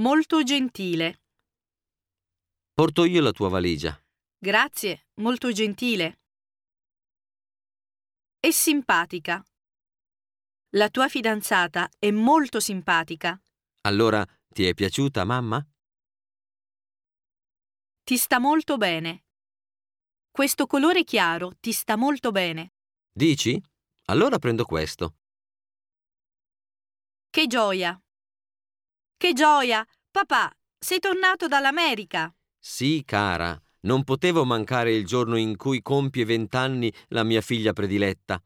Molto gentile. Porto io la tua valigia. Grazie, molto gentile. È simpatica. La tua fidanzata è molto simpatica. Allora, ti è piaciuta, mamma? Ti sta molto bene. Questo colore chiaro ti sta molto bene. Dici? Allora prendo questo. Che gioia! Che gioia! Papà, sei tornato dall'America! Sì, cara, non potevo mancare il giorno in cui compie vent'anni la mia figlia prediletta.